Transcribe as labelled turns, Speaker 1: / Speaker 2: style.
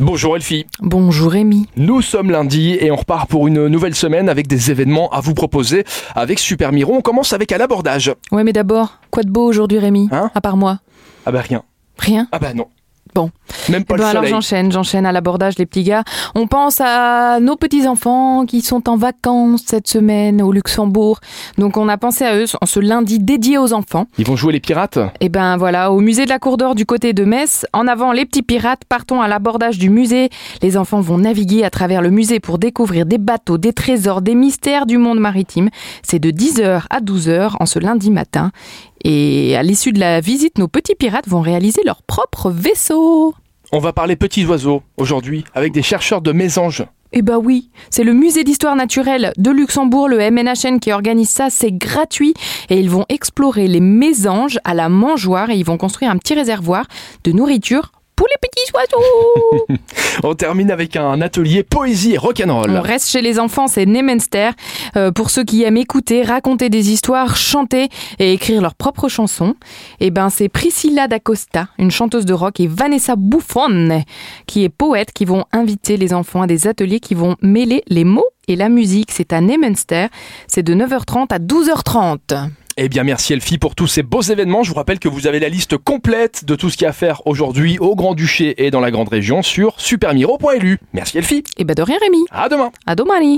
Speaker 1: Bonjour Elfie.
Speaker 2: Bonjour Rémi.
Speaker 1: Nous sommes lundi et on repart pour une nouvelle semaine avec des événements à vous proposer. Avec Super Miro, on commence avec à l'abordage.
Speaker 2: Ouais, mais d'abord, quoi de beau aujourd'hui Rémi
Speaker 1: Hein
Speaker 2: À part moi
Speaker 1: Ah bah rien.
Speaker 2: Rien
Speaker 1: Ah bah non.
Speaker 2: Bon.
Speaker 1: Même pas
Speaker 2: Eh
Speaker 1: le
Speaker 2: ben alors
Speaker 1: soleil.
Speaker 2: j'enchaîne, j'enchaîne à l'abordage les petits gars. On pense à nos petits-enfants qui sont en vacances cette semaine au Luxembourg. Donc on a pensé à eux en ce lundi dédié aux enfants.
Speaker 1: Ils vont jouer les pirates
Speaker 2: Et ben voilà, au musée de la Cour d'Or du côté de Metz, en avant les petits pirates, partons à l'abordage du musée. Les enfants vont naviguer à travers le musée pour découvrir des bateaux, des trésors, des mystères du monde maritime. C'est de 10h à 12h en ce lundi matin. Et à l'issue de la visite, nos petits pirates vont réaliser leur propre vaisseau.
Speaker 1: On va parler petits oiseaux aujourd'hui avec des chercheurs de Mésange.
Speaker 2: Eh ben oui, c'est le musée d'histoire naturelle de Luxembourg, le MNHN, qui organise ça. C'est gratuit et ils vont explorer les mésanges à la mangeoire et ils vont construire un petit réservoir de nourriture pour les petits oiseaux.
Speaker 1: On termine avec un atelier poésie et rock'n'roll.
Speaker 2: On reste chez les enfants, c'est Nemenster. Euh, pour ceux qui aiment écouter, raconter des histoires, chanter et écrire leurs propres chansons, eh ben c'est Priscilla d'Acosta, une chanteuse de rock, et Vanessa Buffon, qui est poète, qui vont inviter les enfants à des ateliers qui vont mêler les mots et la musique. C'est à Nemenster, c'est de 9h30 à 12h30.
Speaker 1: Eh bien merci Elfie pour tous ces beaux événements. Je vous rappelle que vous avez la liste complète de tout ce qu'il y a à faire aujourd'hui au Grand-Duché et dans la Grande Région sur supermiro.lu. Merci Elfie.
Speaker 2: Et ben de rien Rémi,
Speaker 1: À demain.
Speaker 2: à domani